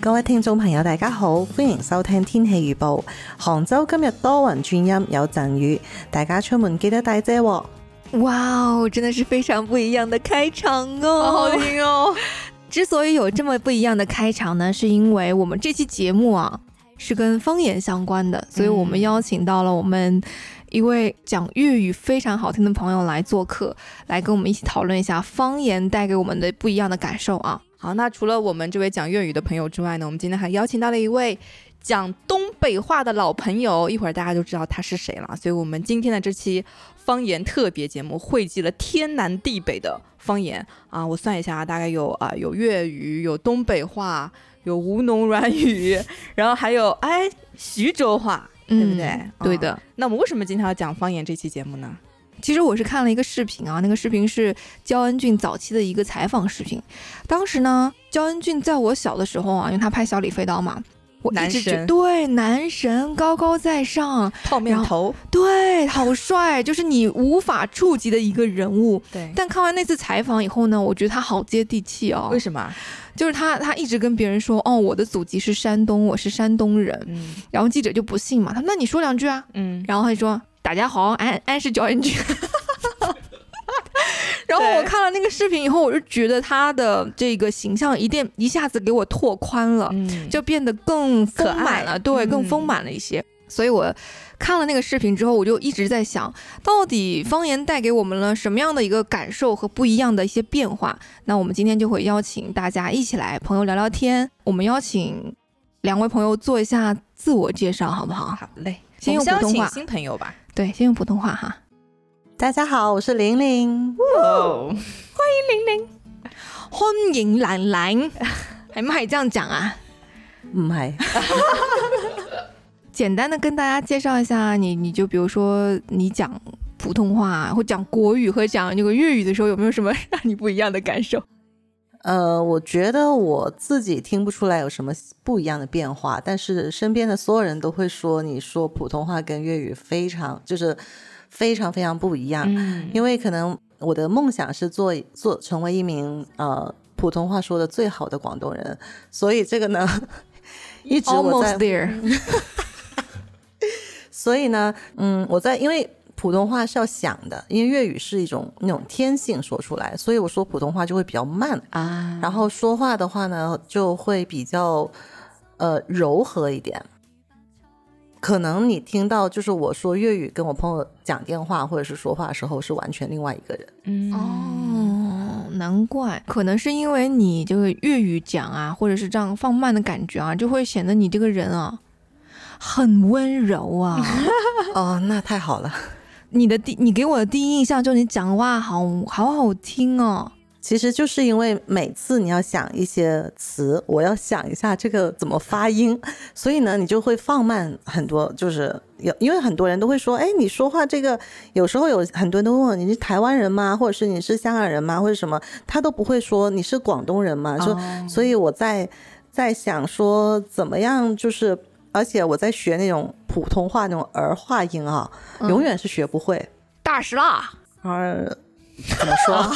各位聽眾朋友，大家好，歡迎收聽天氣預報。杭州今日多雲轉陰，有陣雨，大家出門記得帶遮喎。哇哦，真的是非常不一樣的開場好好哦！聽哦。 之所以有这么不一樣的開場呢，是因為我們這期節目啊是跟方言相關的，所以我們邀請到了我們一位講粵語非常好聽的朋友來做客，來跟我們一起討論一下方言帶給我們的不一樣的感受啊。好，那除了我们这位讲粤语的朋友之外呢，我们今天还邀请到了一位讲东北话的老朋友，一会儿大家就知道他是谁了。所以，我们今天的这期方言特别节目汇集了天南地北的方言啊，我算一下，啊，大概有啊、有粤语，有东北话，有吴侬软语，然后还有哎徐州话，对不对？嗯啊对的。那我们为什么今天要讲方言这期节目呢？其实我是看了一个视频啊，那个视频是焦恩俊早期的一个采访视频。当时呢，焦恩俊在我小的时候啊，因为他拍《小李飞刀》嘛，我一直男觉神对男神高高在上，泡面然头，对，好帅， 就是你无法触及的一个人物。对但看完那次采访以后呢，我觉得他好接地气哦为，什么？就是他他一直跟别人说，哦，我的祖籍是山东，我是山东人。嗯然后记者就不信嘛，他说那你说两句啊，嗯，然后他就说：“大家好，俺俺是焦恩俊。” 然后我看了那个视频以后，我就觉得他的这个形象一定一下子给我拓宽了，嗯就变得更丰可爱满了，对，更丰嗯满了一些。所以我看了那个视频之后，我就一直在想，到底方言带给我们了什么样的一个感受和不一样的一些变化？那我们今天就会邀请大家一起来朋友聊聊天，我们邀请两位朋友做一下自我介绍，好不好？好嘞，先我用们邀普通请话新朋友吧。对，先用普通话哈。大家好，我是玲玲。哦，欢迎兰 兰，还不可以这样讲啊？嗯唔係，简单的跟大家介绍一下你，你就比如说你讲普通话或讲国语和讲那个粤语的时候，有没有什么让你不一样的感受？呃，我觉得我自己听不出来有什么不一样的变化，但是身边的所有人都会说，你说普通话跟粤语非常就是非常非常不一样。嗯因为可能我的梦想是做做成为一名呃普通话说的最好的广东人，所以这个呢， 一直我在 Almost there，所以呢，嗯，我在因为普通话是要想的，因为粤语是一种那种天性说出来，所以我说普通话就会比较慢，啊，然后说话的话呢就会比较呃柔和一点。可能你听到就是我说粤语跟我朋友讲电话或者是说话的时候是完全另外一个人。嗯哦，难怪，可能是因为你这个粤语讲啊，或者是这样放慢的感觉啊，就会显得你这个人啊很温柔啊。 哦，那太好了。你的第，你给我的第一印象就是你讲话好好好听哦。其实就是因为每次你要想一些词，我要想一下这个怎么发音，所以呢，你就会放慢很多。就是有，因为很多人都会说，哎，你说话这个，有时候有很多人都问我你是台湾人吗？或者是你是香港人吗？或者什么，他都不会说你是广东人吗？说，所以我在在想说怎么样，就是而且我在学那种普通话那种儿化音啊，永远是学不会。大石蜡。而怎么说？啊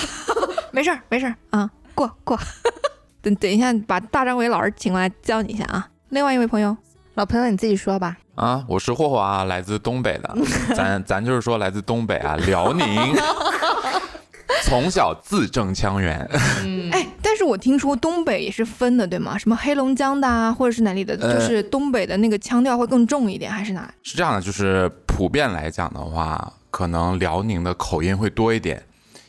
没事儿，没事儿啊，过过。 等等一下，把大张伟老师请过来教你一下啊。另外一位朋友，老朋友你自己说吧。啊，我是霍霍啊，来自东北的，咱咱就是说来自东北啊，辽宁， 从小字正腔圆，嗯，哎，但是我听说东北也是分的，对吗？什么黑龙江的啊，或者是哪里的，呃就是东北的那个腔调会更重一点，还是哪？是这样的，就是普遍来讲的话，可能辽宁的口音会多一点，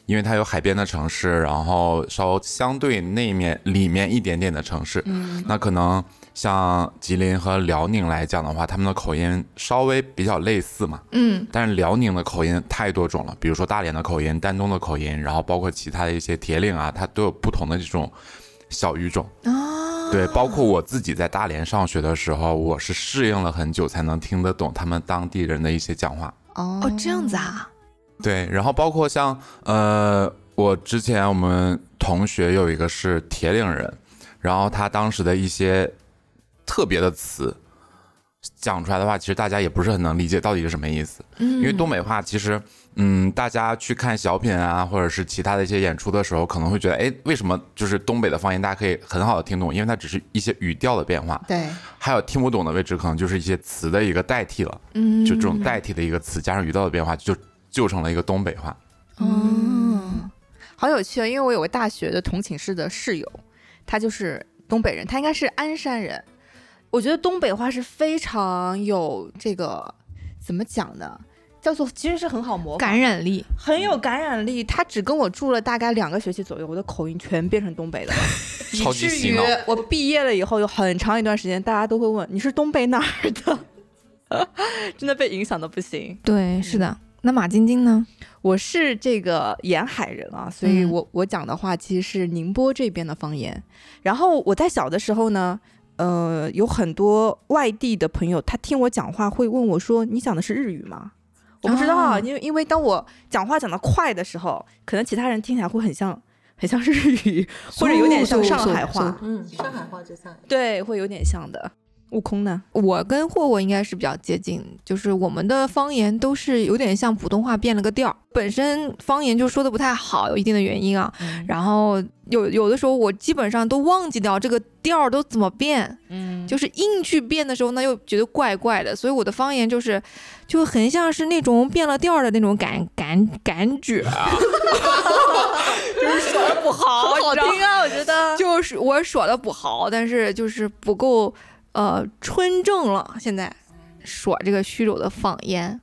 因为它有海边的城市，然后稍相对那面里面一点点的城市，那可能像吉林和辽宁来讲的话，他们的口音稍微比较类似嘛，嗯，但是辽宁的口音太多种了，比如说大连的口音、丹东的口音，然后包括其他的一些铁岭啊，它都有不同的这种小语种。啊，对，包括我自己在大连上学的时候，我是适应了很久才能听得懂他们当地人的一些讲话。哦哦，这样子啊，对，然后包括像呃，我之前我们同学有一个是铁岭人，然后他当时的一些特别的词讲出来的话，其实大家也不是很能理解到底是什么意思。嗯，因为东北话其实嗯，大家去看小品啊，或者是其他的一些演出的时候，可能会觉得，哎，为什么就是东北的方言大家可以很好的听懂？因为它只是一些语调的变化，对，还有听不懂的位置，可能就是一些词的一个代替了，嗯，就这种代替的一个词加上语调的变化，就就成了一个东北话。嗯，好有趣啊！因为我有个大学的同寝室的室友，他就是东北人，他应该是鞍山人。我觉得东北话是非常有这个怎么讲呢？叫做其实是很好模仿，感染力，很有感染力。他只跟我住了大概两个学期左右，我的口音全变成东北的 了，以超级至洗于脑我毕业了以后有很长一段时间，大家都会问你是东北哪儿的， 真的被影响的不行。对，是的。那马晶晶呢？我是这个沿海人啊，所以嗯我、我讲的话其实是宁波这边的方言。然后我在小的时候呢，呃，有很多外地的朋友，他听我讲话会问我说：“你讲的是日语吗？”我不知道啊，哦因为因为当我讲话讲得快的时候，可能其他人听起来会很像很像日语，或者有点像上海话，嗯，上海话就像对，会有点像的。悟空呢？我跟霍霍应该是比较接近，就是我们的方言都是有点像普通话变了个调儿，本身方言就说的不太好，有一定的原因啊。然后有有的时候我基本上都忘记掉这个调儿都怎么变，嗯就就是硬去变的时候呢又觉得怪怪的，所以我的方言就是就很像是那种变了调儿的那种感感感觉啊，就是说的不好，好你知道吗听啊，我觉得。就是我说的不好，但是就是不够呃纯正了。现在说这个虚柔的方言，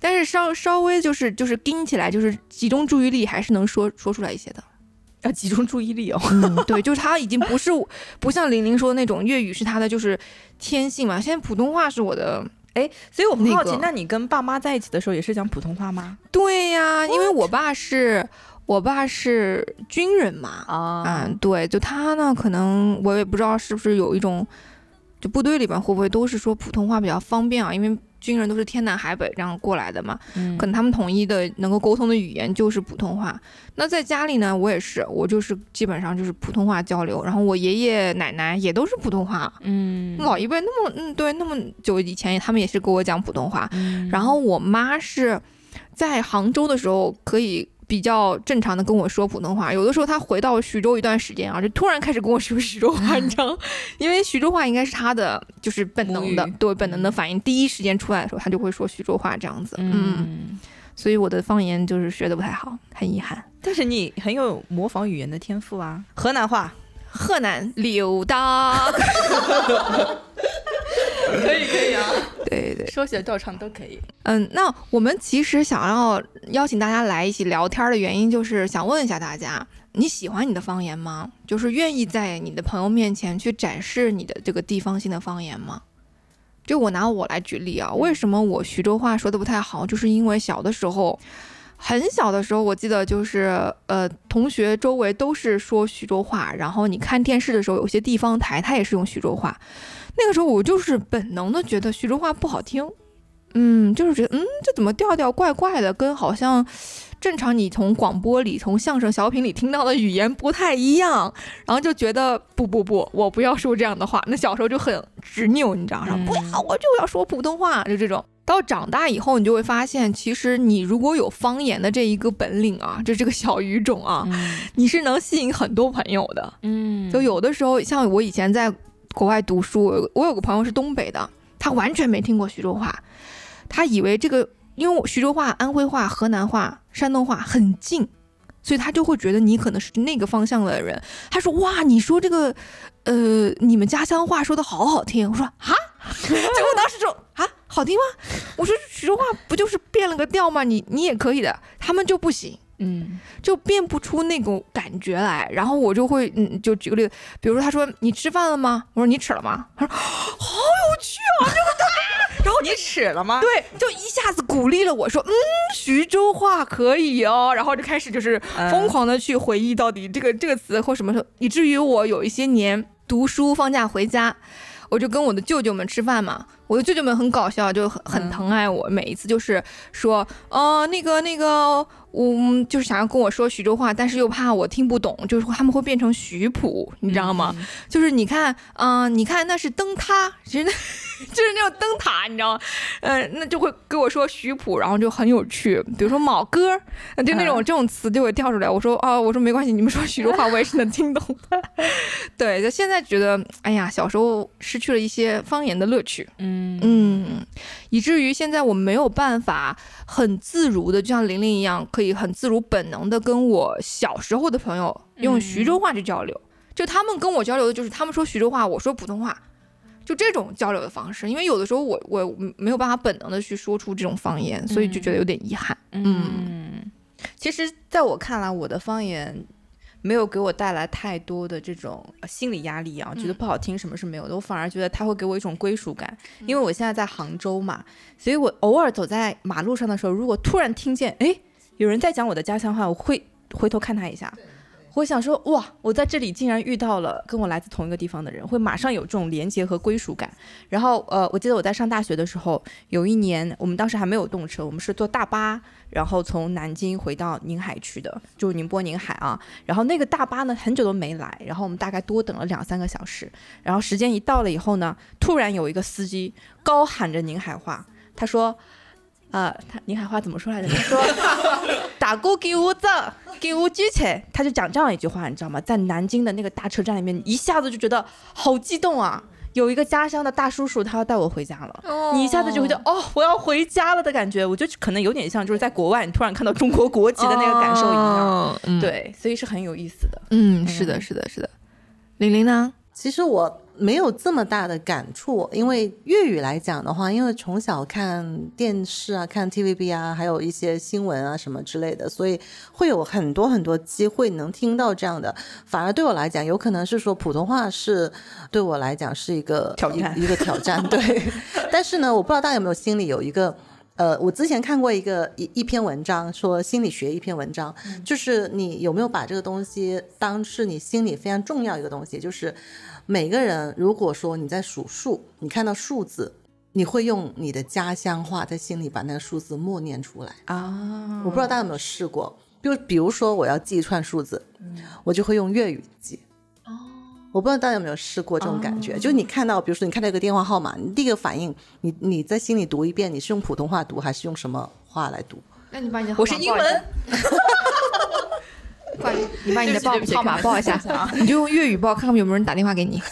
但是稍稍微就是就是盯起来，就是集中注意力还是能说说出来一些的。要集中注意力 哦。对，就是他已经不是不像玲玲说的那种粤语是他的就是天性嘛。现在普通话是我的，哎，所以我很好奇，那个那你跟爸妈在一起的时候也是讲普通话吗？对呀、因为我爸是我爸是军人嘛，啊嗯，对，就他呢，可能我也不知道是不是有一种，就部队里边会不会都是说普通话比较方便啊？因为军人都是天南海北这样过来的嘛，嗯可能他们统一的能够沟通的语言就是普通话。那在家里呢，我也是，我就是基本上就是普通话交流，然后我爷爷奶奶也都是普通话，嗯老一辈那么嗯对，那么久以前他们也是跟我讲普通话，然后我妈是在杭州的时候可以比较正常的跟我说普通话，有的时候她回到徐州一段时间啊，就突然开始跟我说徐州话，你知道吗，因为徐州话应该是她的就是本能的母语对本能的反应，第一时间出来的时候她就会说徐州话这样子，嗯，嗯，所以我的方言就是学的不太好，很遗憾。但是你很有模仿语言的天赋啊，河南话河南刘达，可以可以啊， 对对对， 说学照唱都可以。嗯，那我们其实想要邀请大家来一起聊天儿的原因，就是想问一下大家，你喜欢你的方言吗？就是愿意在你的朋友面前去展示你的这个地方性的方言吗？就我拿我来举例啊，为什么我徐州话说的不太好，就是因为小的时候，很小的时候，我记得就是呃，同学周围都是说徐州话，然后你看电视的时候，有些地方台它也是用徐州话，那个时候我就是本能的觉得徐州话不好听。嗯，就是觉得，嗯，这怎么调调怪怪的，跟好像正常你从广播里、从相声、小品里听到的语言不太一样，然后就觉得不不不，我不要说这样的话。那小时候就很执拗，你知道吗？嗯不要，我就要说普通话，就这种。到长大以后，你就会发现，其实你如果有方言的这一个本领啊，就这个小语种啊，你是能吸引很多朋友的。嗯就有的时候，像我以前在国外读书，我有我有个朋友是东北的，他完全没听过徐州话，他以为这个，因为徐州话、安徽话、河南话、山东话很近，所以他就会觉得你可能是那个方向的人。他说：“哇，你说这个，呃，你们家乡话说的好好听。”我说：“啊。” 结果当时就啊，好听吗？我说徐州话不就是变了个调吗？你你也可以的，他们就不行。嗯就变不出那种感觉来。然后我就会，嗯，就举个例子，比如说他说你吃饭了吗？我说你吃了吗？他说好有趣啊，这个然后你尺了吗？对，就一下子鼓励了我说，嗯，徐州话可以哦。然后就开始就是嗯疯狂的去回忆到底这个这个词或什么时候，以至于我有一些年读书放假回家，我就跟我的舅舅们吃饭嘛，我的舅舅们很搞笑，就很很疼爱我，每一次就是说，呃，那个那个，嗯，就是想要跟我说徐州话，但是又怕我听不懂，就是他们会变成徐普，你知道吗？就是你看，嗯、你看那是灯塔，其实那 就是那种灯塔，你知道吗？呃，那就会给我说徐普，然后就很有趣，比如说卯哥儿，就那种、这种词就会跳出来。我说啊，我说没关系，你们说徐州话我也是能听懂的。 对，就现在觉得，哎呀，小时候失去了一些方言的乐趣。嗯嗯，以至于现在我没有办法很自如的，就像玲玲一样，可以很自如本能的跟我小时候的朋友用徐州话去交流。就他们跟我交流的就是他们说徐州话，我说普通话，就这种交流的方式。因为有的时候我我没有办法本能的去说出这种方言，所以就觉得有点遗憾。嗯，其实在我看来，我的方言没有给我带来太多的这种呃心理压力啊，觉得不好听什么是没有的，我反而觉得它会给我一种归属感，因为我现在在杭州嘛，所以我偶尔走在马路上的时候，如果突然听见诶有人在讲我的家乡话，我会回头看他一下。我会想说，哇，我在这里竟然遇到了跟我来自同一个地方的人，会马上有这种连结和归属感。然后，呃，我记得我在上大学的时候，有一年我们当时还没有动车，我们是坐大巴，然后从南京回到宁海去的，就是宁波宁海啊。然后那个大巴呢，很久都没来，然后我们大概多等了两三个小时。然后时间一到了以后呢，突然有一个司机高喊着宁海话，他说：“呃，他宁海话怎么说来着？”他说：“打过给我走，给我举起。”他就讲这样一句话，你知道吗？在南京的那个大车站里面，一下子就觉得好激动啊！有一个家乡的大叔叔，他要带我回家了。你一下子就会觉得哦，我要回家了的感觉。我觉得可能有点像就是在国外，你突然看到中国国旗的那个感受一样。哦嗯，对，所以是很有意思的。嗯，是的，是的，是的。玲玲呢？其实我没有这么大的感触，因为粤语来讲的话，因为从小看电视啊、看 TVB 啊，还有一些新闻啊什么之类的，所以会有很多很多机会能听到这样的。反而对我来讲，有可能是说普通话是对我来讲是一个挑战一一个挑战。 对，但是呢，我不知道大家有没有心里有一个。呃，我之前看过一个一一篇文章，说心理学一篇文章，嗯就是你有没有把这个东西当是你心里非常重要一个东西，就是每个人如果说你在数数，你看到数字，你会用你的家乡话在心里把那个数字默念出来。啊，我不知道大家有没有试过，就比如说我要记一串数字，我就会用粤语记。我不知道大家有没有试过这种感觉，就是你看到，比如说你看到一个电话号码，你第一个反应，你你在心里读一遍，你是用普通话读还是用什么话来读？那你把你的我是英文，快，你把你的报对不起号码对不起报一下， 你就用粤语报，看看有没有人打电话给你。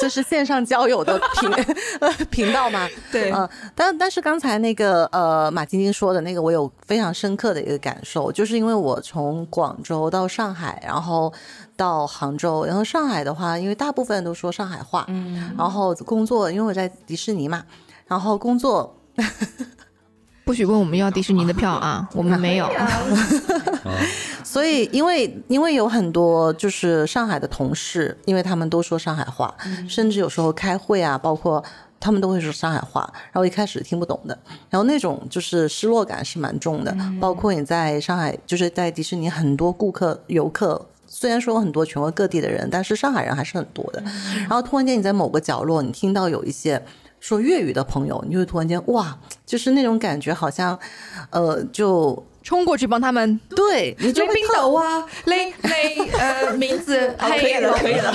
这是线上交友的频 呃频道吗？对嗯、但但是刚才那个呃马晶晶说的那个，我有非常深刻的一个感受，就是因为我从广州到上海，然后到杭州，然后上海的话，因为大部分都说上海话，嗯，然后工作，因为我在迪士尼嘛，然后工作不许问我们要迪士尼的票 哎啊，我们没有。所以，因为因为有很多就是上海的同事，因为他们都说上海话，甚至有时候开会啊，包括他们都会说上海话，然后一开始听不懂的，然后那种就是失落感是蛮重的。包括你在上海，就是在迪士尼，很多顾客、游客。虽然说有很多全国各地的人，但是上海人还是很多的。然后突然间你在某个角落，你听到有一些说粤语的朋友，你就会突然间哇，就是那种感觉，好像，呃，就冲过去帮他们对你就追会冰特斗啊，勒勒呃名 字黑了，以了。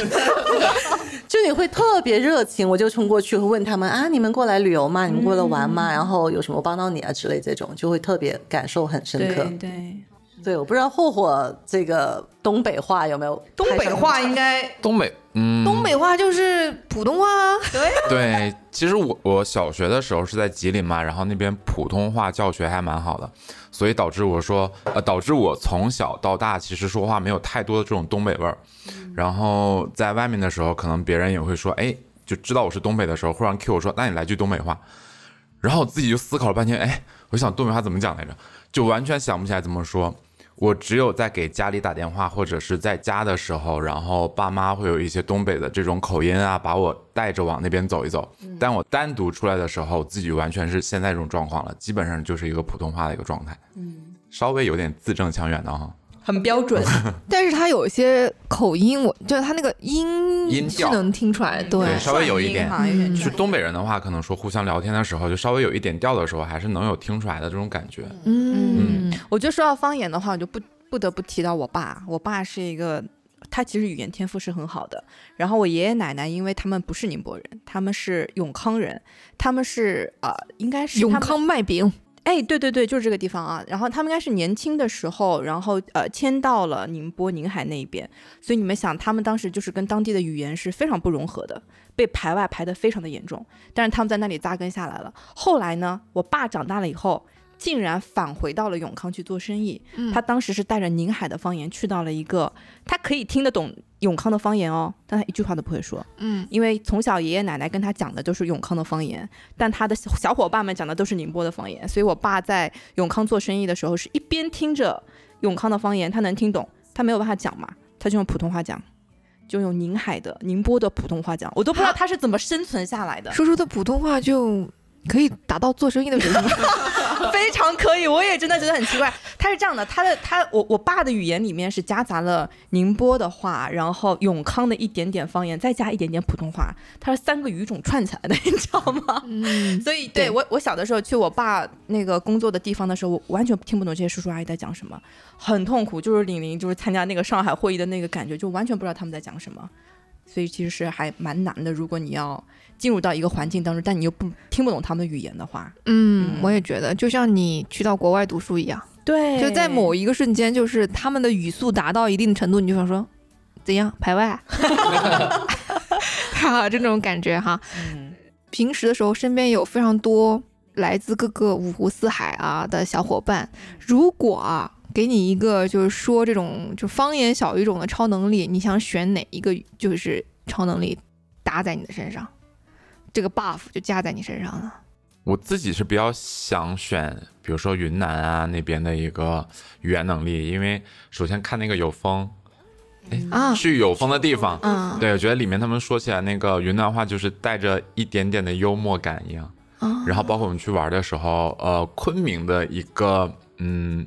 就你会特别热情，我就冲过去会问他们啊，你们过来旅游吗？你们过来玩吗？然后有什么帮到你啊之类这种，就会特别感受很深刻。对对，对，我不知道霍霍这个东北话有没有东派北上话用应该东北，嗯，东北话就是普通话啊。 对，其实我我小学的时候是在吉林嘛，然后那边普通话教学还蛮好的，所以导致我说，呃，导致我从小到大其实说话没有太多的这种东北味儿，然后在外面的时候，可能别人也会说，哎，就知道我是东北的时候，忽然 Q 我说，那你来句东北话，然后我自己就思考了半天，哎，我想东北话怎么讲来着，就完全想不起来怎么说。我只有在给家里打电话或者是在家的时候，然后爸妈会有一些东北的这种口音啊，把我带着往那边走一走。但我单独出来的时候，我自己完全是现在这种状况了，基本上就是一个普通话的一个状态，稍微有点字正腔圆的哈。很标准。但是他有一些口音，我就是他那个音音是调能听出来，呃对，对稍微有一点转音哈有点嗯转就音东北人的话，可能说互相聊天的时候，就稍微有一点调的时候，还是能有听出来的这种感觉。嗯，我觉得说到方言的话，我就不不得不提到我爸。我爸是一个，他其实语言天赋是很好的。然后我爷爷奶奶，因为他们不是宁波人，他们是永康人，他们是啊、呃应该是永他们康麦饼，哎，对对对，就是这个地方啊。然后他们应该是年轻的时候，然后呃迁到了宁波、宁海那一边，所以你们想，他们当时就是跟当地的语言是非常不融合的，被排外排得非常的严重。但是他们在那里扎根下来了。后来呢，我爸长大了以后，竟然返回到了永康去做生意。嗯他当时是带着宁海的方言去到了一个他可以听得懂永康的方言哦，但他一句话都不会说。嗯，因为从小爷爷奶奶跟他讲的都是永康的方言，但他的小小伙伴们讲的都是宁波的方言，所以我爸在永康做生意的时候，是一边听着永康的方言，他能听懂，他没有办法讲嘛，他就用普通话讲，就用宁海的、宁波的普通话讲，我都不知道他是怎么生存下来的，叔叔的普通话就可以达到做生意的水平。非常可以，我也真的觉得很奇怪。他是这样的，他的他我我爸的语言里面是夹杂了宁波的话，然后永康的一点点方言，再加一点点普通话，他是三个语种串起来的，你知道吗？ 嗯，所以对对我，我小的时候去我爸那个工作的地方的时候，我完全听不懂这些叔叔阿姨在讲什么，很痛苦。就是李玲就是参加那个上海会议的那个感觉，就完全不知道他们在讲什么。所以其实是还蛮难的，如果你要进入到一个环境当中，但你又不听不懂他们的语言的话，嗯嗯，我也觉得，就像你去到国外读书一样，对就在某一个瞬间，就是他们的语速达到一定程度，你就想说，怎样排外？ 哈，这种感觉哈。嗯平时的时候，身边有非常多来自各个五湖四海啊的小伙伴。如果啊，给你一个就是说这种就方言小语种的超能力，你想选哪一个就是超能力搭在你的身上，这个 buff 就加在你身上了。我自己是比较想选，比如说云南啊那边的一个语言能力，因为首先看那个有风，啊去有风的地方，嗯对，我觉得里面他们说起来那个云南话，就是带着一点点的幽默感一样。啊然后包括我们去玩的时候，呃，昆明的一个嗯，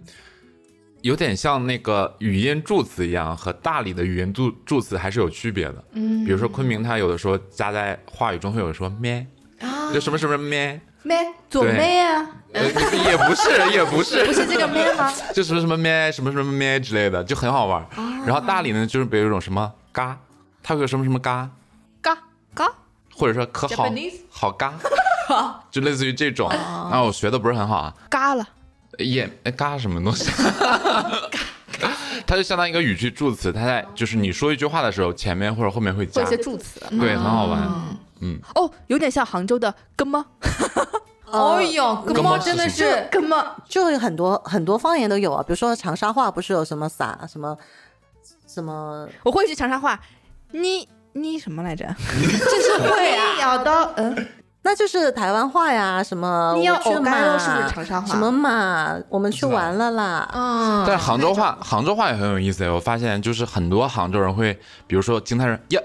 有点像那个语音助词一样，和大理的语音助助词还是有区别的。嗯比如说昆明，它有的时候加在话语中会有说咩，啊就什么什么咩，咩左对咩啊，呃，也不是，也不是，不是这个咩吗？就什么什么咩，什么什么咩之类的，就很好玩儿。哦然后大理呢，就是比如有一种什么嘎，它会有什么什么嘎，嘎嘎，或者说可好 Japanese 哦好 嘎，就类似于这种。啊，我学的不是很好啊，嘎了，也哎嘎什么东 西，它就相当于一个语句助词，它在就是你说一句话的时候，前面或者后面会做加一，些助词。对，很好玩。哦，有点像杭州的跟吗？ 哎呦，哥哥们们儿儿真的是是跟吗？就有很多很多方言都有啊，比如说长沙话不是有什么撒什么什么，我会是长沙话，你你什么来着？ 这是会啊，咬到嗯，那就是台湾话呀，什么你要我去偶干嘛了是不是长沙话什么嘛，我们去玩了啦，嗯，但是杭州话，杭州话也很有意思。我发现就是很多杭州人会，比如说惊叹人呀，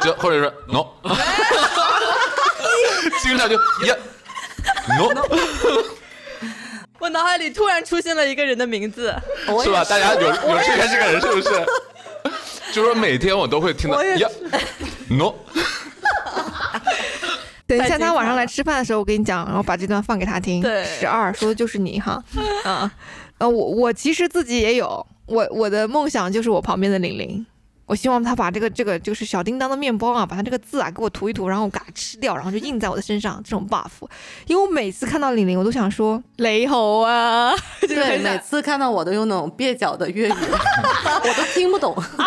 就或者说 no，经常就呀 no，我脑海里突然出现了一个人的名字，我是也吧？大家有有这个这个人是不是？就是每天我都会听到呀 no，等一太下，精彩他晚上来吃饭的时候，我跟你讲，然后把这段放给他听。对十二说的就是你 哈，啊，呃，我我其实自己也有，我我的梦想就是我旁边的玲玲，我希望她把这个这个就是小叮当的面包啊，把它这个字啊给我涂一涂，然后我给它吃掉，然后就印在我的身上，这种 buff。因为我每次看到玲玲，我都想说雷猴啊，就是对，很想每次看到我都用那种蹩脚的 粤语，我都听不懂。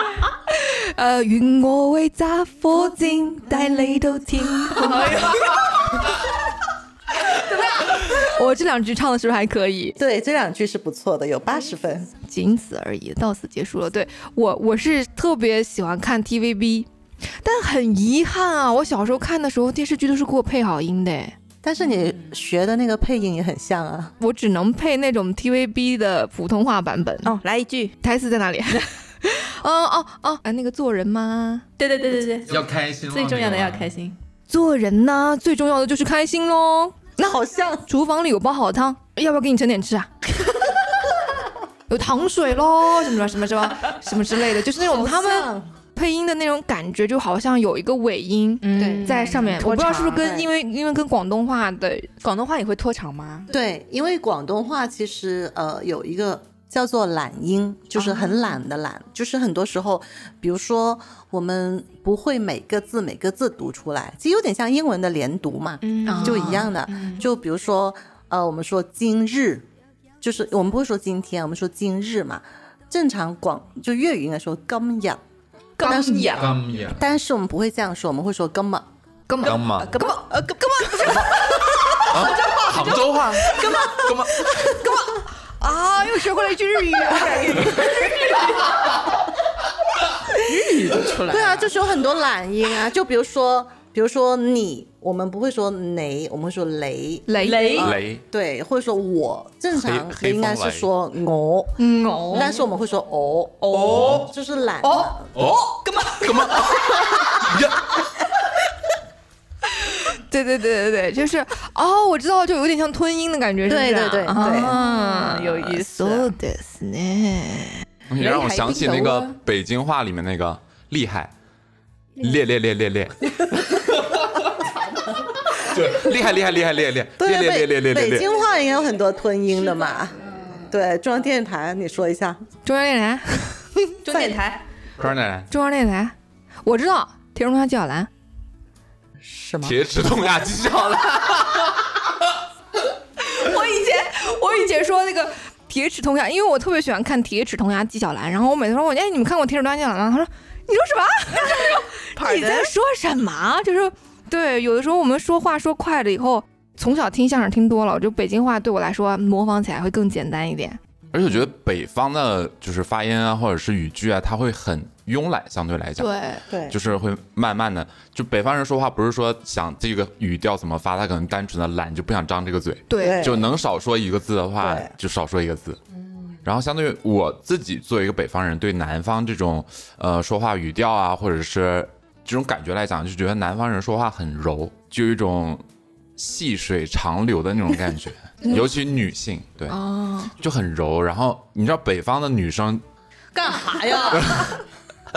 呃，愿我为揸火箭带你到 天空。怎么样？ 我这两句唱的是不是还可以？对，这两句是不错的，有八十分。仅此而已，到此结束了。对我，我是特别喜欢看 TVB，但很遗憾啊，我小时候看的时候电视剧都是给我配好音的，但是你学的那个配音也很像啊，我只能配那种 TVB 的普通话版本。哦，来一句，台词在哪里？ 哦哦哦，啊，那个做人嘛，对对对对对，要开心，最重要的要开心。做人呢，最重要的就是开心喽。 那好像 厨房里有煲好汤，要不要给你盛点吃啊？ 有糖水喽，什么什么什么什么之类的，就是那种他们们配音的那种感觉，就好像有一个尾音对对在上面。我不知道是不是跟对因为因为跟广东话的广东话也会拖长吗？对，因为广东话其实呃有一个叫做懒音，就是很懒的懒，就是很多时候，比如说我们不会每个字每个字读出来，其实有点像英文的连读嘛，嗯就一样的。就比如说呃，我们说今日，就是我们不会说今天，我们说今日嘛。正常广就粤语应该说今日，嗯但是痒干呀，但是我们不会这样说，我们会说今日。根本干嘛？根本呃根本杭州话，啊，又学会了一句日语。啊 对啊，就是有很多懒音啊，就比如说，比如说你，我们不会说雷，我们会说雷，雷雷雷对，或者说我，正常黑黑应该风是雷说我，哦，但是我们会说哦哦，就是懒哦，对对对对对，就是哦，我知道，就有点像吞音的感觉，是不是啊？对对对对啊嗯，有意思 So this 呢？你让我想起那个啊北京话里面那个厉害，烈烈烈 烈烈，对，厉害厉害厉害厉害厉害，对烈烈烈烈北烈烈北烈京。话应该有很多吞音的嘛。对，中央电视台，你说一下，中央电台，中电台当然，中央电台，我知道，铁中央纪晓岚，是吗？铁齿铜牙纪晓 岚， 我以前我以前说那个铁齿铜牙，因为我特别喜欢看铁齿铜牙纪晓岚，然后我每次说我哎你们看过铁齿铜牙纪晓岚吗？他说你说什么？就是那种你在说 什么？就是对，有的时候我们说话说快了以后，从小听相声听多了，我就北京话对我来说模仿起来会更简单一点。而且我觉得北方的就是发音啊，或者是语句啊，它会很慵懒，相对来讲，对，对，就是会慢慢的，就北方人说话不是说想这个语调怎么发，他可能单纯的懒，就不想张这个嘴，对就能少说一个字的话对就少说一个字。然后相对于我自己作为一个北方人，对南方这种呃说话语调啊，或者是这种感觉来讲，就觉得南方人说话很柔，就有一种细水长流的那种感觉，尤其女性，对，就很柔。然后你知道北方的女生干啥呀？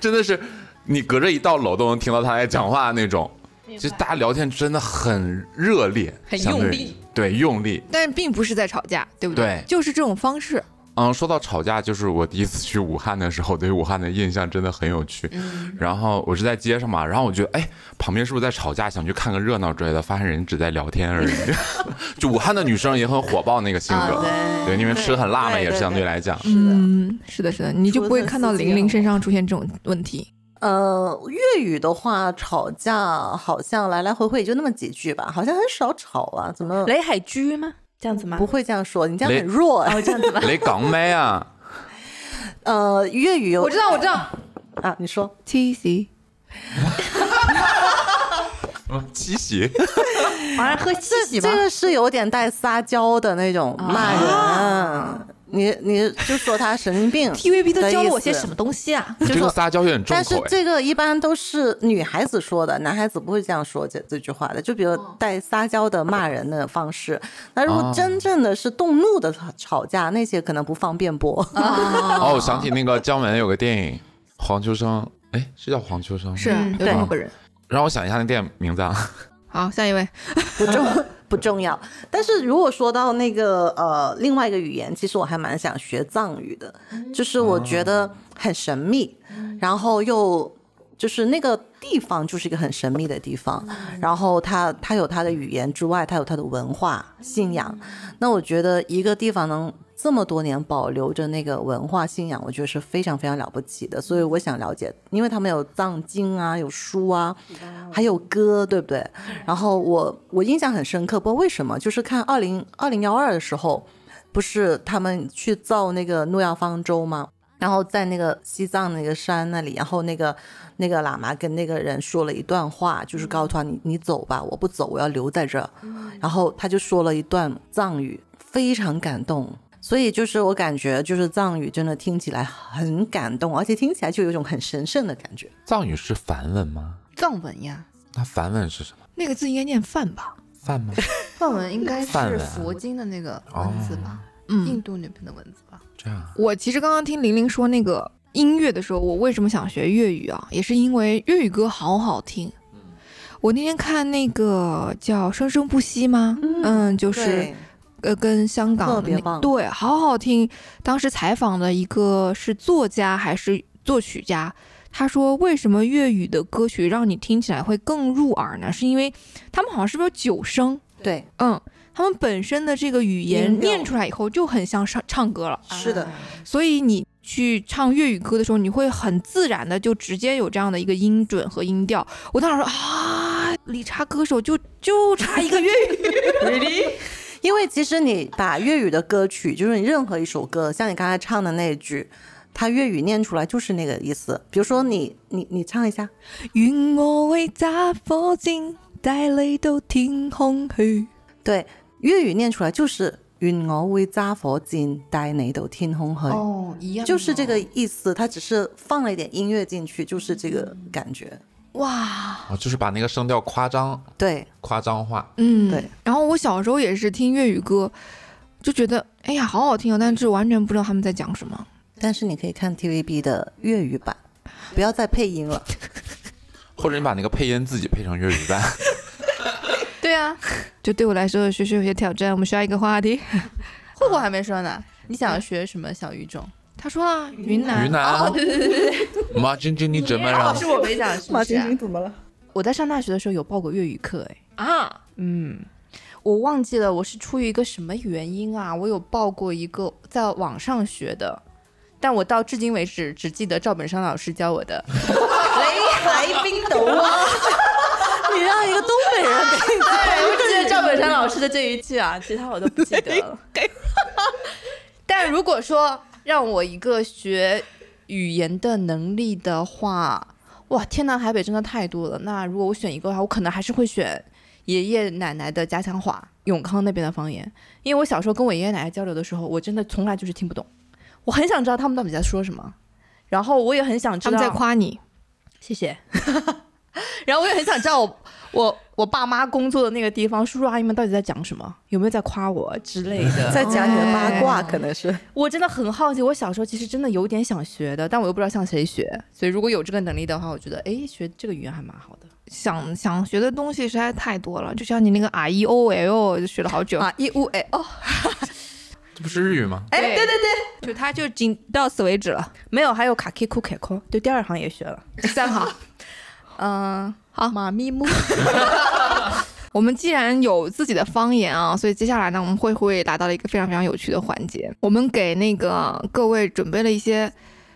真的是你隔着一道楼都能听到他在讲话那种。就大家聊天真的很热烈，很相对用力，对用力。但并不是在吵架，对不对就是这种方式。嗯，说到吵架，就是我第一次去武汉的时候，对武汉的印象真的很有趣。嗯然后我是在街上嘛，然后我觉得，哎，旁边是不是在吵架？想去看个热闹之类的，发现人只在聊天而已。 就武汉的女生也很火爆那个性格，啊对，因为吃很辣嘛，对也是对相对对来讲，嗯，是的，是的，你就不会看到除了司机玲玲哦身上出现这种问题。呃，粤语的话，吵架好像来来回回也就那么几句吧，好像很少吵啊，怎么雷海居吗？这样子吗？不会这样说？你这样雷很弱哦哎。雷港妹啊， 呃，粤语有我知道，我知道啊，你说。 ，T C 嗯七喜，好像喝西喜这吗？个是有点带撒娇的那哦种骂人，啊你你就说他神经病啊 T V B 都教了我的些意思什么东西啊？你这说个撒娇有点重但是口哎。这个一般都是女孩子说的，男孩子不会这样说这这句话的。就比如带撒娇的骂人的方式，那如果哦真正的是动怒的吵吵架，那些可能不方便播。哦，我想起那个姜文有个电影，黄秋生，哎，是叫黄秋生吗？是有对这么个人。让我想一下那电影名字啊，好，下一位，不重不重要。但是如果说到那个呃另外一个语言，其实我还蛮想学藏语的，就是我觉得很神秘，然后又就是那个地方就是一个很神秘的地方，然后它它有它的语言之外，它有它的文化信仰。那我觉得一个地方能。这么多年保留着那个文化信仰，我觉得是非常非常了不起的，所以我想了解，因为他们有藏经啊，有书啊，还有歌，对不对？然后我我印象很深刻，不知道为什么，就是看二零二零幺二的时候，不是他们去造那个诺亚方舟吗？然后在那个西藏那个山那里，然后那个那个喇嘛跟那个人说了一段话，就是告诉他你你走吧，我不走，我要留在这儿。然后他就说了一段藏语，非常感动。所以就是我感觉就是藏语真的听起来很感动，而且听起来就有一种很神圣的感觉。藏语是梵文吗？藏文呀，那梵文是什么？那个字应该念饭吧？ 梵吗？范文应该范文是啊哦佛经的那个文字吧？嗯印，度那边的蚊子吧。这样啊，我其实刚刚听玲玲说那个音乐的时候，我为什么想学粤语啊？也是因为粤语歌好好听。我那天看那个叫《生生不息》吗？嗯嗯，就就是呃，跟香港特别那棒对，好好听。当时采访的一个是作家还是作曲家，他说为什么粤语的歌曲让你听起来会更入耳呢？是因为他们好像是不是有九声？对，嗯，他们本身的这个语言音调念出来以后就很像唱唱歌了，是的，所以你去唱粤语歌的时候，你会很自然的就直接有这样的一个音准和音调。我当时说啊，理查歌手就就差一个粤语，因为其实你把粤语的歌曲，就是你任何一首歌，像你刚才唱的那一句，它粤语念出来就是那个意思。比如说你你你唱一下，愿我为揸火箭带你到天空去。对，粤语念出来就是“愿我会揸火箭带你到天空去”，哦，一样就是这个意思。它只是放了一点音乐进去，就是这个感觉。哇，哦就是把那个声调夸张对，夸张化，嗯，对。然后我小时候也是听粤语歌，就觉得哎呀好好听啊，但是完全不知道他们在讲什么。但是你可以看 TVB 的粤语版，不要再配音了。或者你把那个配音自己配成粤语版。对 啊，就对我来说，学学有些挑战。我们需要一个话 题。慧慧还没说呢，你想学什么小语种？他说啊了云嗯南，云南，哦、对对对对，妈，真真你怎么了？我没讲，是不是啊？怎么了？我在上大学的时候有报过粤语课，哎，啊，嗯，我忘记了我是出于一个什么原因啊，我有报过一个在网上学的，但我到至今为止只记得赵本山老师教我的。 雷海冰斗啊！ 你让一个东北人给你对，我只记得赵本山老师的这一句啊，其他我都不记得 了。哎 但如果说让我一个学语言的能力的话，哇，天南海北真的太多了。那如果我选一个的话，我可能还是会选爷爷奶奶的家乡话，永康那边的方言，因为我小时候跟我爷爷奶奶交流的时候，我真的从来就是听不懂。我很想知道他们到底在说什么，然后我也很想知他道们在夸你。 谢谢。 然后我也很想知道我我我爸妈工作的那个地方，叔叔阿姨们到底在讲什么，有没有在夸我之类 的。再讲你的八卦，可能是我真的很好奇，我小时候其实真的有点想学的，但我又不知道向谁学。所以如果有这个能力的话，我觉得哎，学这个语言还蛮好的想想学的东西实在太多了，就像你那个 R E O L 就学了好久，啊。一五哎哦，这不是日语吗？哎对对对，就它就仅到此为止了。没有，还有卡 K 库 K 库，对，第二行也学了。第三行，嗯，好马咪木，我们既然有自己的方言啊，所以接下来呢，我们会会来到了一个非常非常有趣的环节。我们给那个各位准备了一些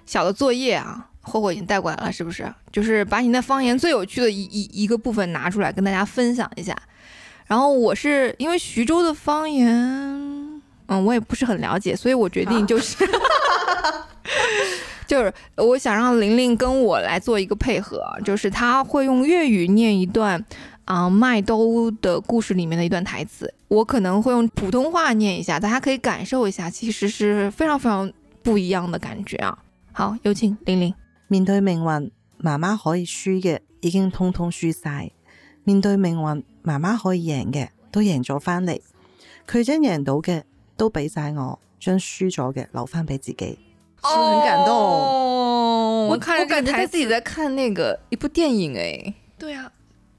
小的作业啊，霍霍已经带过来了，是不是？就是把你的方言最有趣的一一一个部分拿出来跟大家分享一下。然后我是因为徐州的方言，嗯，我也不是很了解，所以我决定就是、 就是我想让玲玲跟我来做一个配合，就是她会用粤语念一段啊、麦兜的故事里面的一段台词，我可能会用普通话念一下，大家可以感受一下，其实是非常非常不一样的感觉啊。好，有请玲玲。面對命運，媽媽可以輸嘅已經通通輸晒；面對命運，媽媽可以贏嘅都贏咗返嚟，佢將贏到嘅都俾晒我，將輸咗嘅留返俾自己。是不是很感动哦我看我着这感个觉台在词自己在看那个一部电影哎。对啊，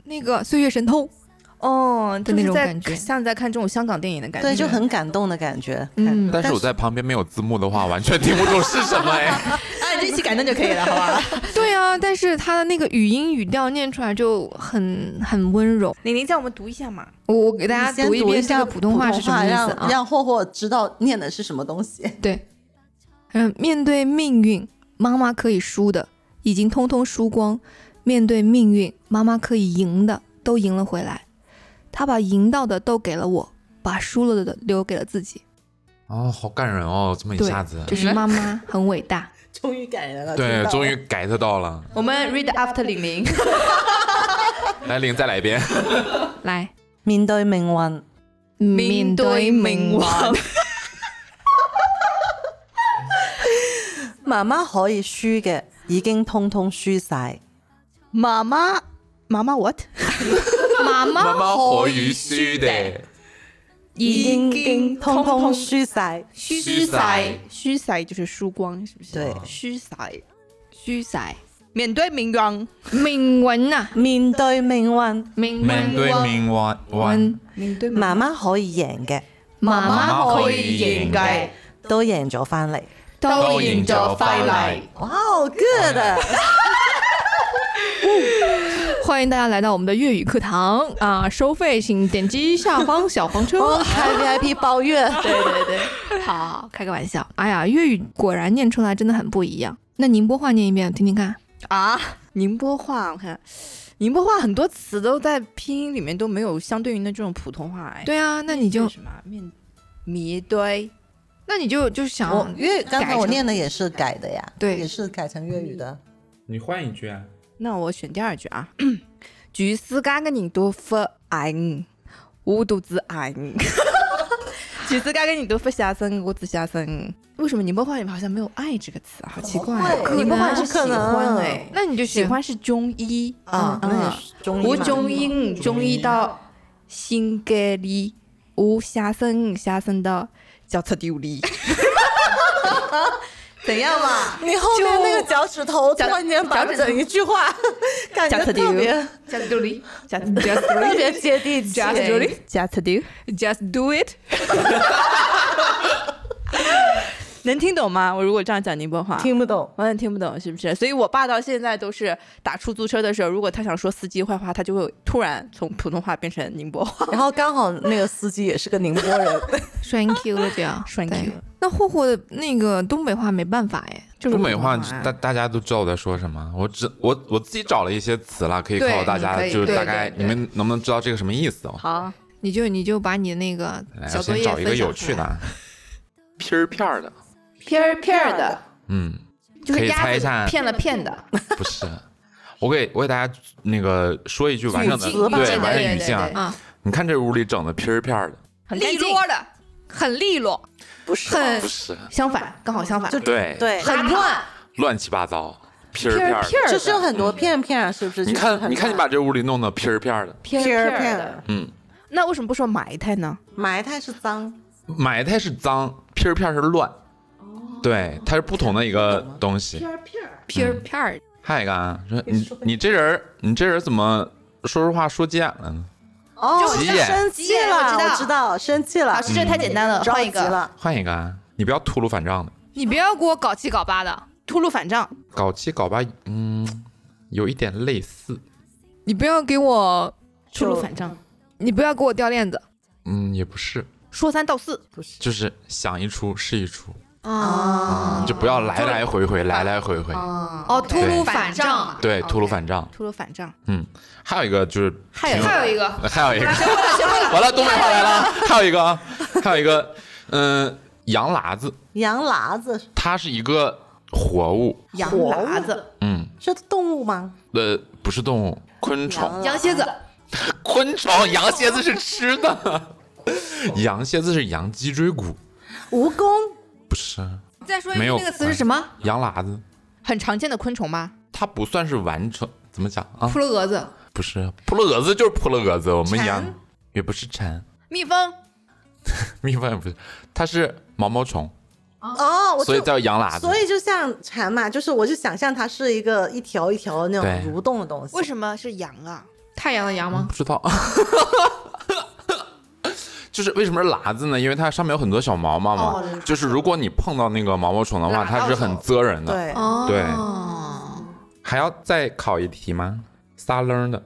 那个《岁月神偷》。哦，的就是那种在感觉像在看这种香港电影的感觉，对，就很感动的感觉。嗯但是我在旁边没有字幕的话，完全听不懂是什么哎。啊，这期感动就可以了，好吧？对啊，但是他的那个语音语调念出来就很很温柔。玲玲叫我们读一下嘛。我我给大家你先读一遍这下个普通话是什么意思让啊？让霍霍知道念的是什么东西。对，嗯，面对命运，妈妈可以输的已经通通输光；面对命运，妈妈可以赢的都赢了回来。她把赢到的都给了我，把输了的留给了自己。哦，好感人哦，这么一对下子，这是妈妈很伟大。终于感人了，对，终于于 get 到了。我们 read after 玲玲，来，玲再来一遍。来，面對命運，面对命运，媽媽可以輸嘅已經通通輸晒。妈妈，妈妈 what？妈妈 妈妈可可以以输输的的，已经通通虚塞，虚虚塞虚塞就是输光，是不是？对虚塞，虚塞，面对明光，命运啊，面對命運，命面运对啊，面弯弯運，面对媽媽可以贏嘅，媽媽可以贏嘅，都贏咗翻嚟。都都贏贏咗翻嚟。哇哦，good！欢迎大家来到我们的粤语课堂啊！收费请点击下方小黄车。哦还 VIP 包月，对对对，好，开个玩笑。哎呀，粤语果然念出来真的很不一样。那宁波话念一遍，听听看。 啊！宁波话，我看宁波话很多词都在拼音里面都没有相对应的这种普通话，哎，对啊，那你就什么面迷堆那你就就我想，粤刚才改我成念的也是改的呀，对也是改成粤语的。你换一句啊。那我选第二句啊， 橘丝加个人都不硬，我肚子 硬。橘丝加个人都不下身，我只下身。为什么宁波话里面好像没有“爱”这个词啊？好奇怪、怎么啊！会宁波话不是喜可能欢哎，那你就喜喜欢欢是中医啊，那也嗯，是中医我嘛中医中医到心肝里，我下身下身到脚侧丢里。怎样 嘛？你后面那个脚趾头突脚然间把脚趾头整一句话， 感觉脚趾头特别脚侧丢里，脚侧丢特别接地气。脚趾侧头丢里，脚侧丢。 just do it。能听懂吗？我如果这样讲宁波话，听不懂，完全听不懂，是不是？所以我爸到现在都是打出租车的时候，如果他想说司机坏话，他就会突然从普通话变成宁波话。然后刚好那个司机也是个宁波 人，栓 Q 了就 要栓 Q 啊对那霍霍的那个东北话没办法哎，就是东北话普通大大家都知道我在说什么，我只我我自己找了一些词了，可以告对诉大家，可以就是对大概对你对们能不能知道这个什么意思哦？好，你就你就把你的那个来，小作哎先业找一个分享有出趣的来。啊， 片儿片儿的，片儿片儿的，嗯，就可是以猜鸭一子下骗了骗的，不是。我给我给大家那个说一句完整的语境吧对对完对整语对境对啊，你看这屋里整的片儿片儿的，很干利净落的，很利落，不是很不是相反，刚好相反，就对对，很乱。乱七八糟，片儿片片儿儿片的。儿的，就是有很多片片儿，是不是？你就是看很你看你把这屋里弄得片儿片儿的，片儿片儿片片儿儿的。嗯，那为什么不说埋汰呢？埋汰是脏，埋汰是脏，片儿片儿是乱，哦对，它是不同的一个东西。片儿片儿，还有一个啊，说你你这人儿，你这人儿怎么说实话说急眼了呢？哦急眼生气眼我了，知道我知道，生气了老，师，这太简单了，着换一急个了，换一个啊，你不要秃噜反账的，你不要给我搞七搞八的，秃噜反账，搞七搞八，嗯，有一点类似，你不要给我，秃噜就反账，你不要给我掉链子嗯，也不是，说三道四，就是想一出是一出，啊！你就不要来来回回，来来回回，啊哦，秃噜对反账，对，秃噜反账，秃噜反账，嗯，还有一个就是还有挺还有一个还有一个，完了，东北话来了，还有一个啊，还有一个，嗯，羊喇子，羊喇子它是一个活物，羊活物喇子，嗯，是动物吗？呃，不是动物，昆虫。羊蝎子，昆虫，羊蝎子是吃的， 羊蝎子是羊脊椎骨，蜈蚣不是你再说一没遍有那个词是什么？羊喇子，很常见的昆虫吗？它不算是完成，怎么讲啊扑？了蛾子，不是扑了蛾子就是扑了蛾子，我们蝉羊也不是蝉， 蜜蜂，蜜蜂也不是，它是毛毛虫，哦，我所以就叫羊喇子所。以就像蝉嘛，就是我就想象它是一个一条一条那对种蠕动的东西。为什么是羊啊？太阳的羊吗？不知道， 就是为什么是喇子呢？因为它上面有很多小毛毛嘛，哦就是如果你碰到那个毛毛虫的话，喇它是到很手蜇人的。对哦，对还要再考一题吗？撒楞的，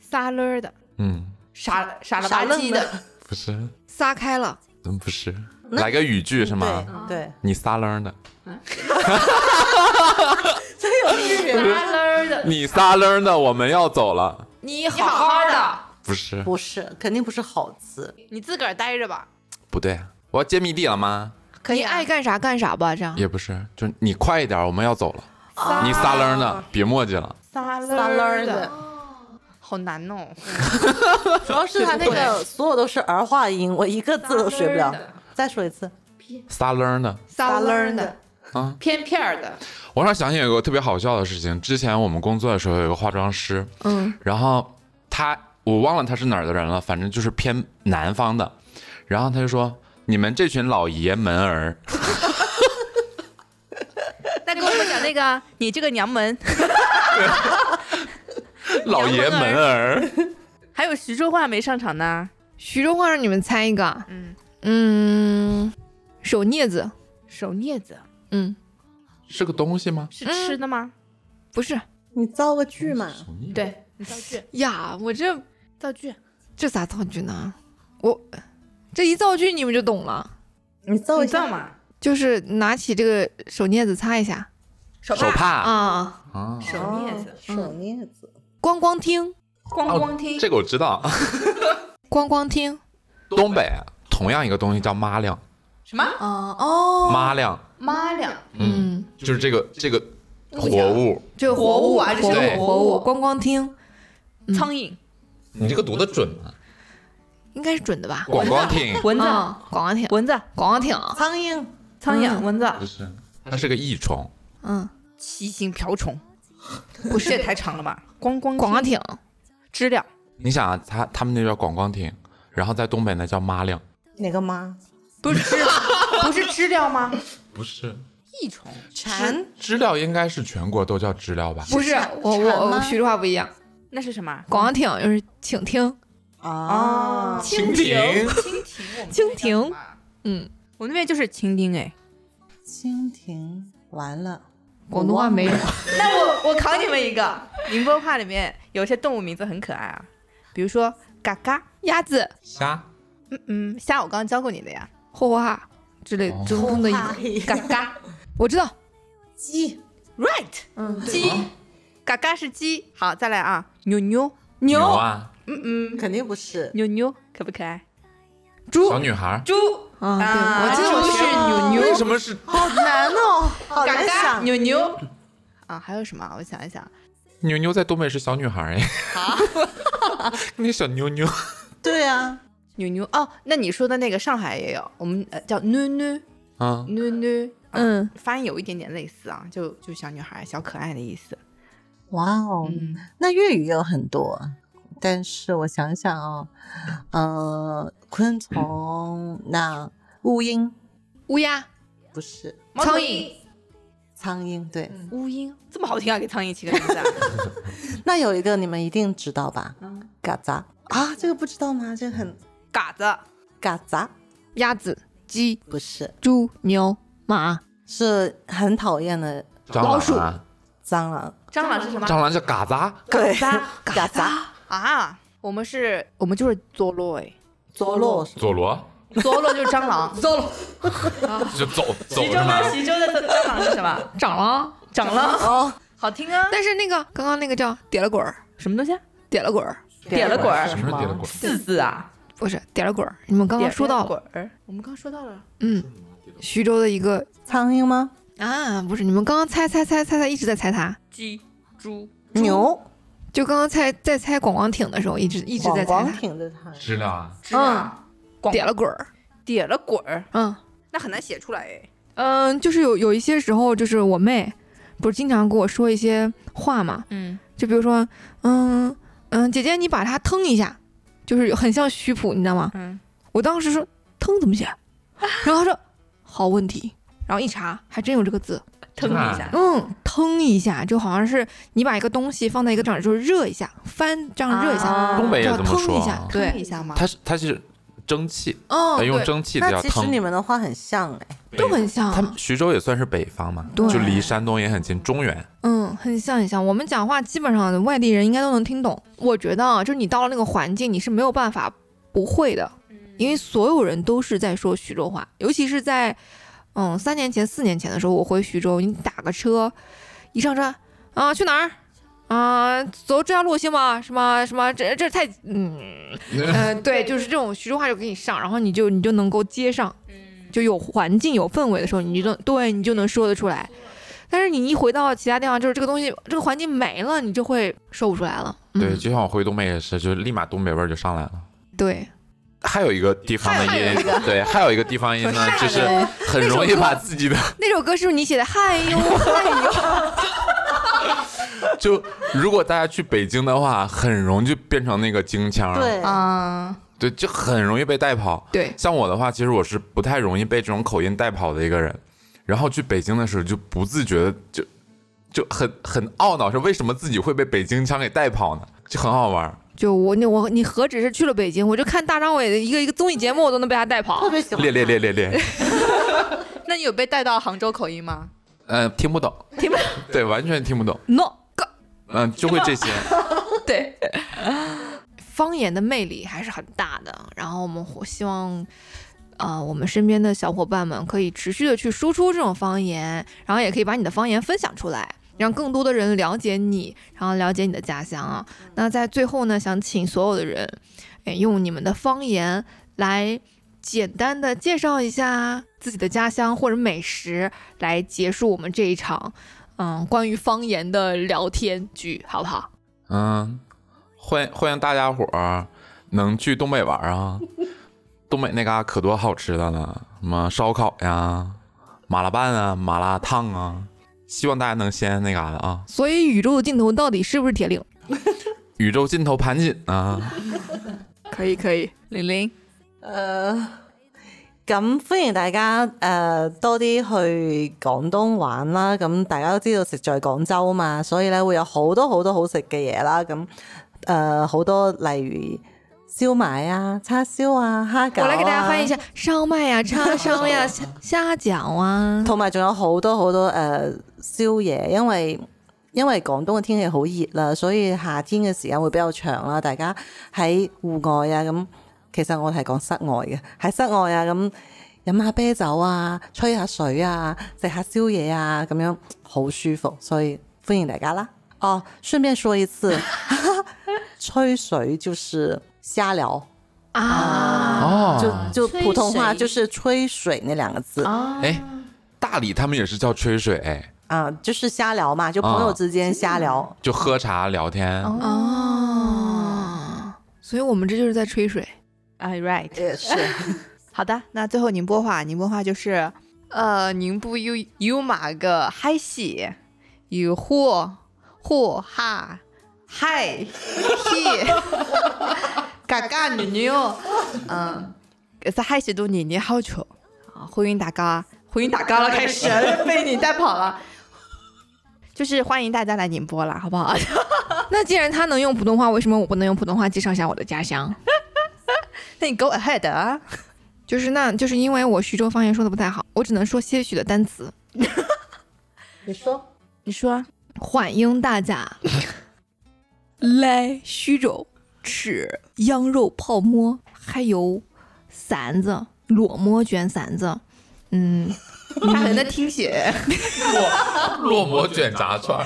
撒勒儿的，嗯，傻傻了傻吧愣唧的的，不是。撒开了，嗯，不是，那来个语句是吗？对对，你撒楞的，这 有区别吗？撒勒儿的， 你撒楞的，我们要走了。你 你好好的，不是，不是，肯定不是好词。你自个儿待着吧。不对，啊我要揭秘地了吗？可以啊爱干啥干啥吧，这样也不是，就是你快一点，我们要走了。啊你撒楞的，别墨迹了。撒勒撒儿楞的，的，好难 哦。主要是它那个所有都是儿化音，我一个字都学不了。再说一次，撒楞的，撒楞楞的的，啊片片儿的，我突然想起有个特别好笑的事情，之前我们工作的时候有一个化妆师，嗯，然后他我忘了他是哪儿的人了，反正就是偏南方的。然后他就说：“你们这群老爷们 儿，那跟我们讲那 个，你这个娘们，老爷们儿，还有徐州话没上场呢。徐州话让你们猜一个，嗯，嗯，手镊子，手镊子嗯， 是个东西吗是吃的吗？不是你造个句嘛？”对，造句，呀，我这造句。这咋造句呢？我这一造句你们就懂了，你造一你造下，嘛？就是拿起这个手镊子擦一下手手帕啊，啊，哦手镊子，手哦镊子，嗯光光听，咣咣听。这个我知道。光光听，东北同样一个东西叫麻亮，什么？啊哦，麻亮妈亮，嗯，就是这个这个活物。这活物啊活这是物，个活活物物，光光听，苍蝇，你这个读的准吗？应该是准的吧？广光 挺蚊子，啊，广光听，蚊子，广光听啊，苍蝇，苍蝇，嗯蚊子，不是，它是个益虫。嗯，七星瓢 虫，不是这太长了吧？光光广光听听，知了，你想啊，他他们那叫广光挺，然后在东北那叫麻亮，哪个妈？不是 知了，不是知了吗？不是益虫，嗯蝉，知了，应该是全国都叫知了吧？不是我蝉我吗我徐州话不一样，那是什么？广光听就是请听，啊哦，蜻蜓，蜻蜓，蜻蜓我们那边叫什么嗯，我们那边就是蜻蜓哎。蜻蜓，完了，广东话没有，那我我考你们一个，宁波话里面有些动物名字很可爱啊，比如说嘎嘎，鸭子、虾，嗯嗯，虾我刚刚教过你的呀，霍霍哈之类哦中东的意思，嘎嘎我知道，鸡， ，right，嗯，鸡，哦嘎嘎是鸡。好，再来啊，妞妞， 牛啊，嗯嗯，肯定不是，妞妞可不可爱？小女孩。猪，啊，啊对，我记得我猪学是妞为妞，什么 是好难哦，好嘎难嘎想，妞妞。啊，还有什么啊？我想一想，妞妞在东北是小女孩哎？ 那小妞妞，对啊，妞妞哦，那你说的那个上海也有，我们呃叫妞妞啊，妞妞，啊嗯，发音有一点点类似啊，就就小女孩、小可爱的意思。哇哦，嗯，那粤语也有很多，但是我想想哦，呃，昆虫，那乌蝇乌鸦、不是猫苍头蝇鹰、苍蝇，对，乌蝇，这么好听啊，给苍蝇起个名字啊。那有一个你们一定知道吧？嗯嘎杂啊，这个不知道吗？这个很嘎子，嘎杂，鸭子、鸡、不是，猪、牛、马、是很讨厌的蟑螂啊，蟑螂，蟑螂是什么？蟑螂叫嘎啊杂，对，嘎嘎杂，啊，我们是，我们就是佐罗哎，佐洛，佐罗佐罗就是蟑螂，佐罗。就 走走徐是州吗？的徐州的蟑螂是什么？ 长了。长了，哦，好听啊。但是那个刚刚那个叫点了滚儿，什么东西啊？点了滚儿，点了滚儿什么是点了 滚儿？四字啊，不是点了滚儿。你们刚刚说到了，滚儿，我们刚刚说到了。嗯，徐州的一个苍蝇吗？啊，不是你们刚刚猜猜猜猜猜，一直在猜它。鸡、猪、牛，就刚刚猜在猜广广艇的时候，一直一直在猜广它，挺的它，知了啊，知了、广嗯点了滚儿。点了滚儿，嗯那很难写出来哎。嗯，就是有有一些时候，就是我妹不是经常跟我说一些话嘛，嗯，就比如说，嗯嗯，姐姐你把它腾一下，就是很像虚谱，你知道吗？嗯，我当时说腾怎么写，然后她说好问题，然后一查还真有这个字，腾一下，嗯，腾一下就好像是你把一个东西放在一个这儿，就是热一下，翻这样热一下，啊东北也这么腾说一下啊，对腾一下嘛。它是它是蒸汽，嗯，呃用对蒸汽的那叫其实腾你。们的话很像哎，都很像，啊他们徐州也算是北方嘛，对就离山东也很近，中原。嗯，很像很像。我们讲话基本上外地人应该都能听懂。我觉得啊，就是你到了那个环境，你是没有办法不会的，因为所有人都是在说徐州话，尤其是在嗯三年前、四年前的时候，我回徐州，你打个车，一上车啊、去哪儿？啊、走这条路行吗？什么什么？这这太嗯呃，对，就是这种徐州话就给你上，然后你就你就能够接上，就有环境有氛围的时候，你就能对你就能说得出来。但是你一回到其他地方，就是这个东西，这个环境没了，你就会说不出来了。嗯、对，就像我回东北也是，就是立马东北味儿就上来了。对，还有一个地方的音，对，还有一个地方音呢，就是很容易把自己的，那首歌是不是你写的？嗨哟，嗨哟，就如果大家去北京的话，很容易就变成那个京腔儿。对，啊，对，就很容易被带跑。 对像我的话，其实我是不太容易被这种口音带跑的一个人。然后去北京的时候，就不自觉的就就很很懊恼，是为什么自己会被北京腔给带跑呢？就很好玩儿，就我你我你何止是去了北京，我就看大张伟的一个一个综艺节目，我都能被他带跑 特。别喜欢练练练练练，那你有被带到杭州口音吗？呃，听不懂，听不懂，对，完全听不懂， No，哥嗯、就会这些。对，方言的魅力还是很大的。然后我们我希望，呃，我们身边的小伙伴们可以持续的去输出这种方言，然后也可以把你的方言分享出来，让更多的人了解你，然后了解你的家乡啊。那在最后呢，想请所有的人，哎，用你们的方言来。简单的介绍一下自己的家乡或者美食，来结束我们这一场，嗯，关于方言的聊天局，好不好？嗯，欢迎欢迎大家伙儿能去东北玩儿啊！东北那嘎可多好吃的了，什么烧烤呀、麻辣拌啊、麻辣烫啊，希望大家能先那嘎达啊！所以宇宙的尽头到底是不是铁岭？宇宙尽头盘锦啊！可以可以，玲玲，誒咁歡迎大家誒、呃多啲去廣東玩啦，咁大家都知道食在廣州嘛，所以咧會有好多好多好食嘅嘢啦，咁誒好多例如燒賣啊、叉燒啊、蝦餃、啊，我来给大家翻译一下：烧麦 呀、叉烧呀、虾虾饺啊。同埋仲有好多好多誒、呃宵夜，因為因為廣東嘅天氣好熱啦，所以夏天嘅時間會比較長啦。大家喺戶外啊，咁其實我係講室外嘅，喺室外啊咁飲下啤酒啊，吹下水啊，食下宵夜啊，咁樣好舒服，所以歡迎大家啦。哦，順便說一次， 吹水就是瞎聊，啊就哦，就吹普通話水就是吹水那兩個字。哎，大理他们也是叫吹水，哎啊，就是瞎聊嘛，就朋友之间瞎聊。就喝茶聊天。哦，所以我们这就是在吹水。 ，I right。也是，好的，那最后宁波话，宁波话就是，呃，宁波有有马个嗨戏，有货货哈嗨嘿，嘎嘎牛牛，嗯，在嗨戏都年年好球啊，欢迎大家，欢迎大家了，开始被你带跑了，就是欢迎大家来宁波啦，好不 好？那既然他能用普通话，为什么我不能用普通话介绍一下我的家乡？ 那你 go ahead 啊，就是那就是因为我徐州方言说的不太好，我只能说些许的单词， 你说你说啊欢迎大家 来徐州吃羊肉泡馍，还有馓子裸馍卷馓子。 嗯，大人的听写，落馍卷炸串儿，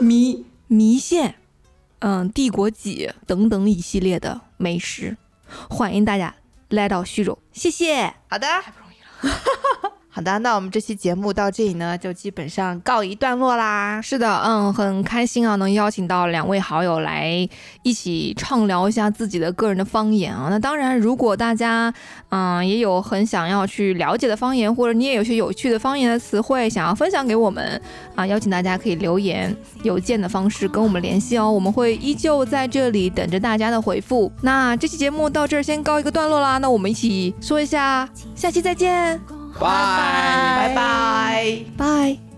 米米线，嗯，帝国脊等等一系列的美食，欢迎大家来到徐州，谢谢。好的，太不容易了。 好的，那我们这期节目到这里呢，就基本上告一段落啦。是的，嗯，很开心啊，能邀请到两位好友来一起畅聊一下自己的个人的方言啊。那当然，如果大家嗯也有很想要去了解的方言，或者你也有些有趣的方言的词汇想要分享给我们啊，邀请大家可以留言、邮件的方式跟我们联系哦。我们会依旧在这里等着大家的回复。那这期节目到这儿先告一个段落啦，那我们一起说一下，下期再见，拜。拜拜。拜。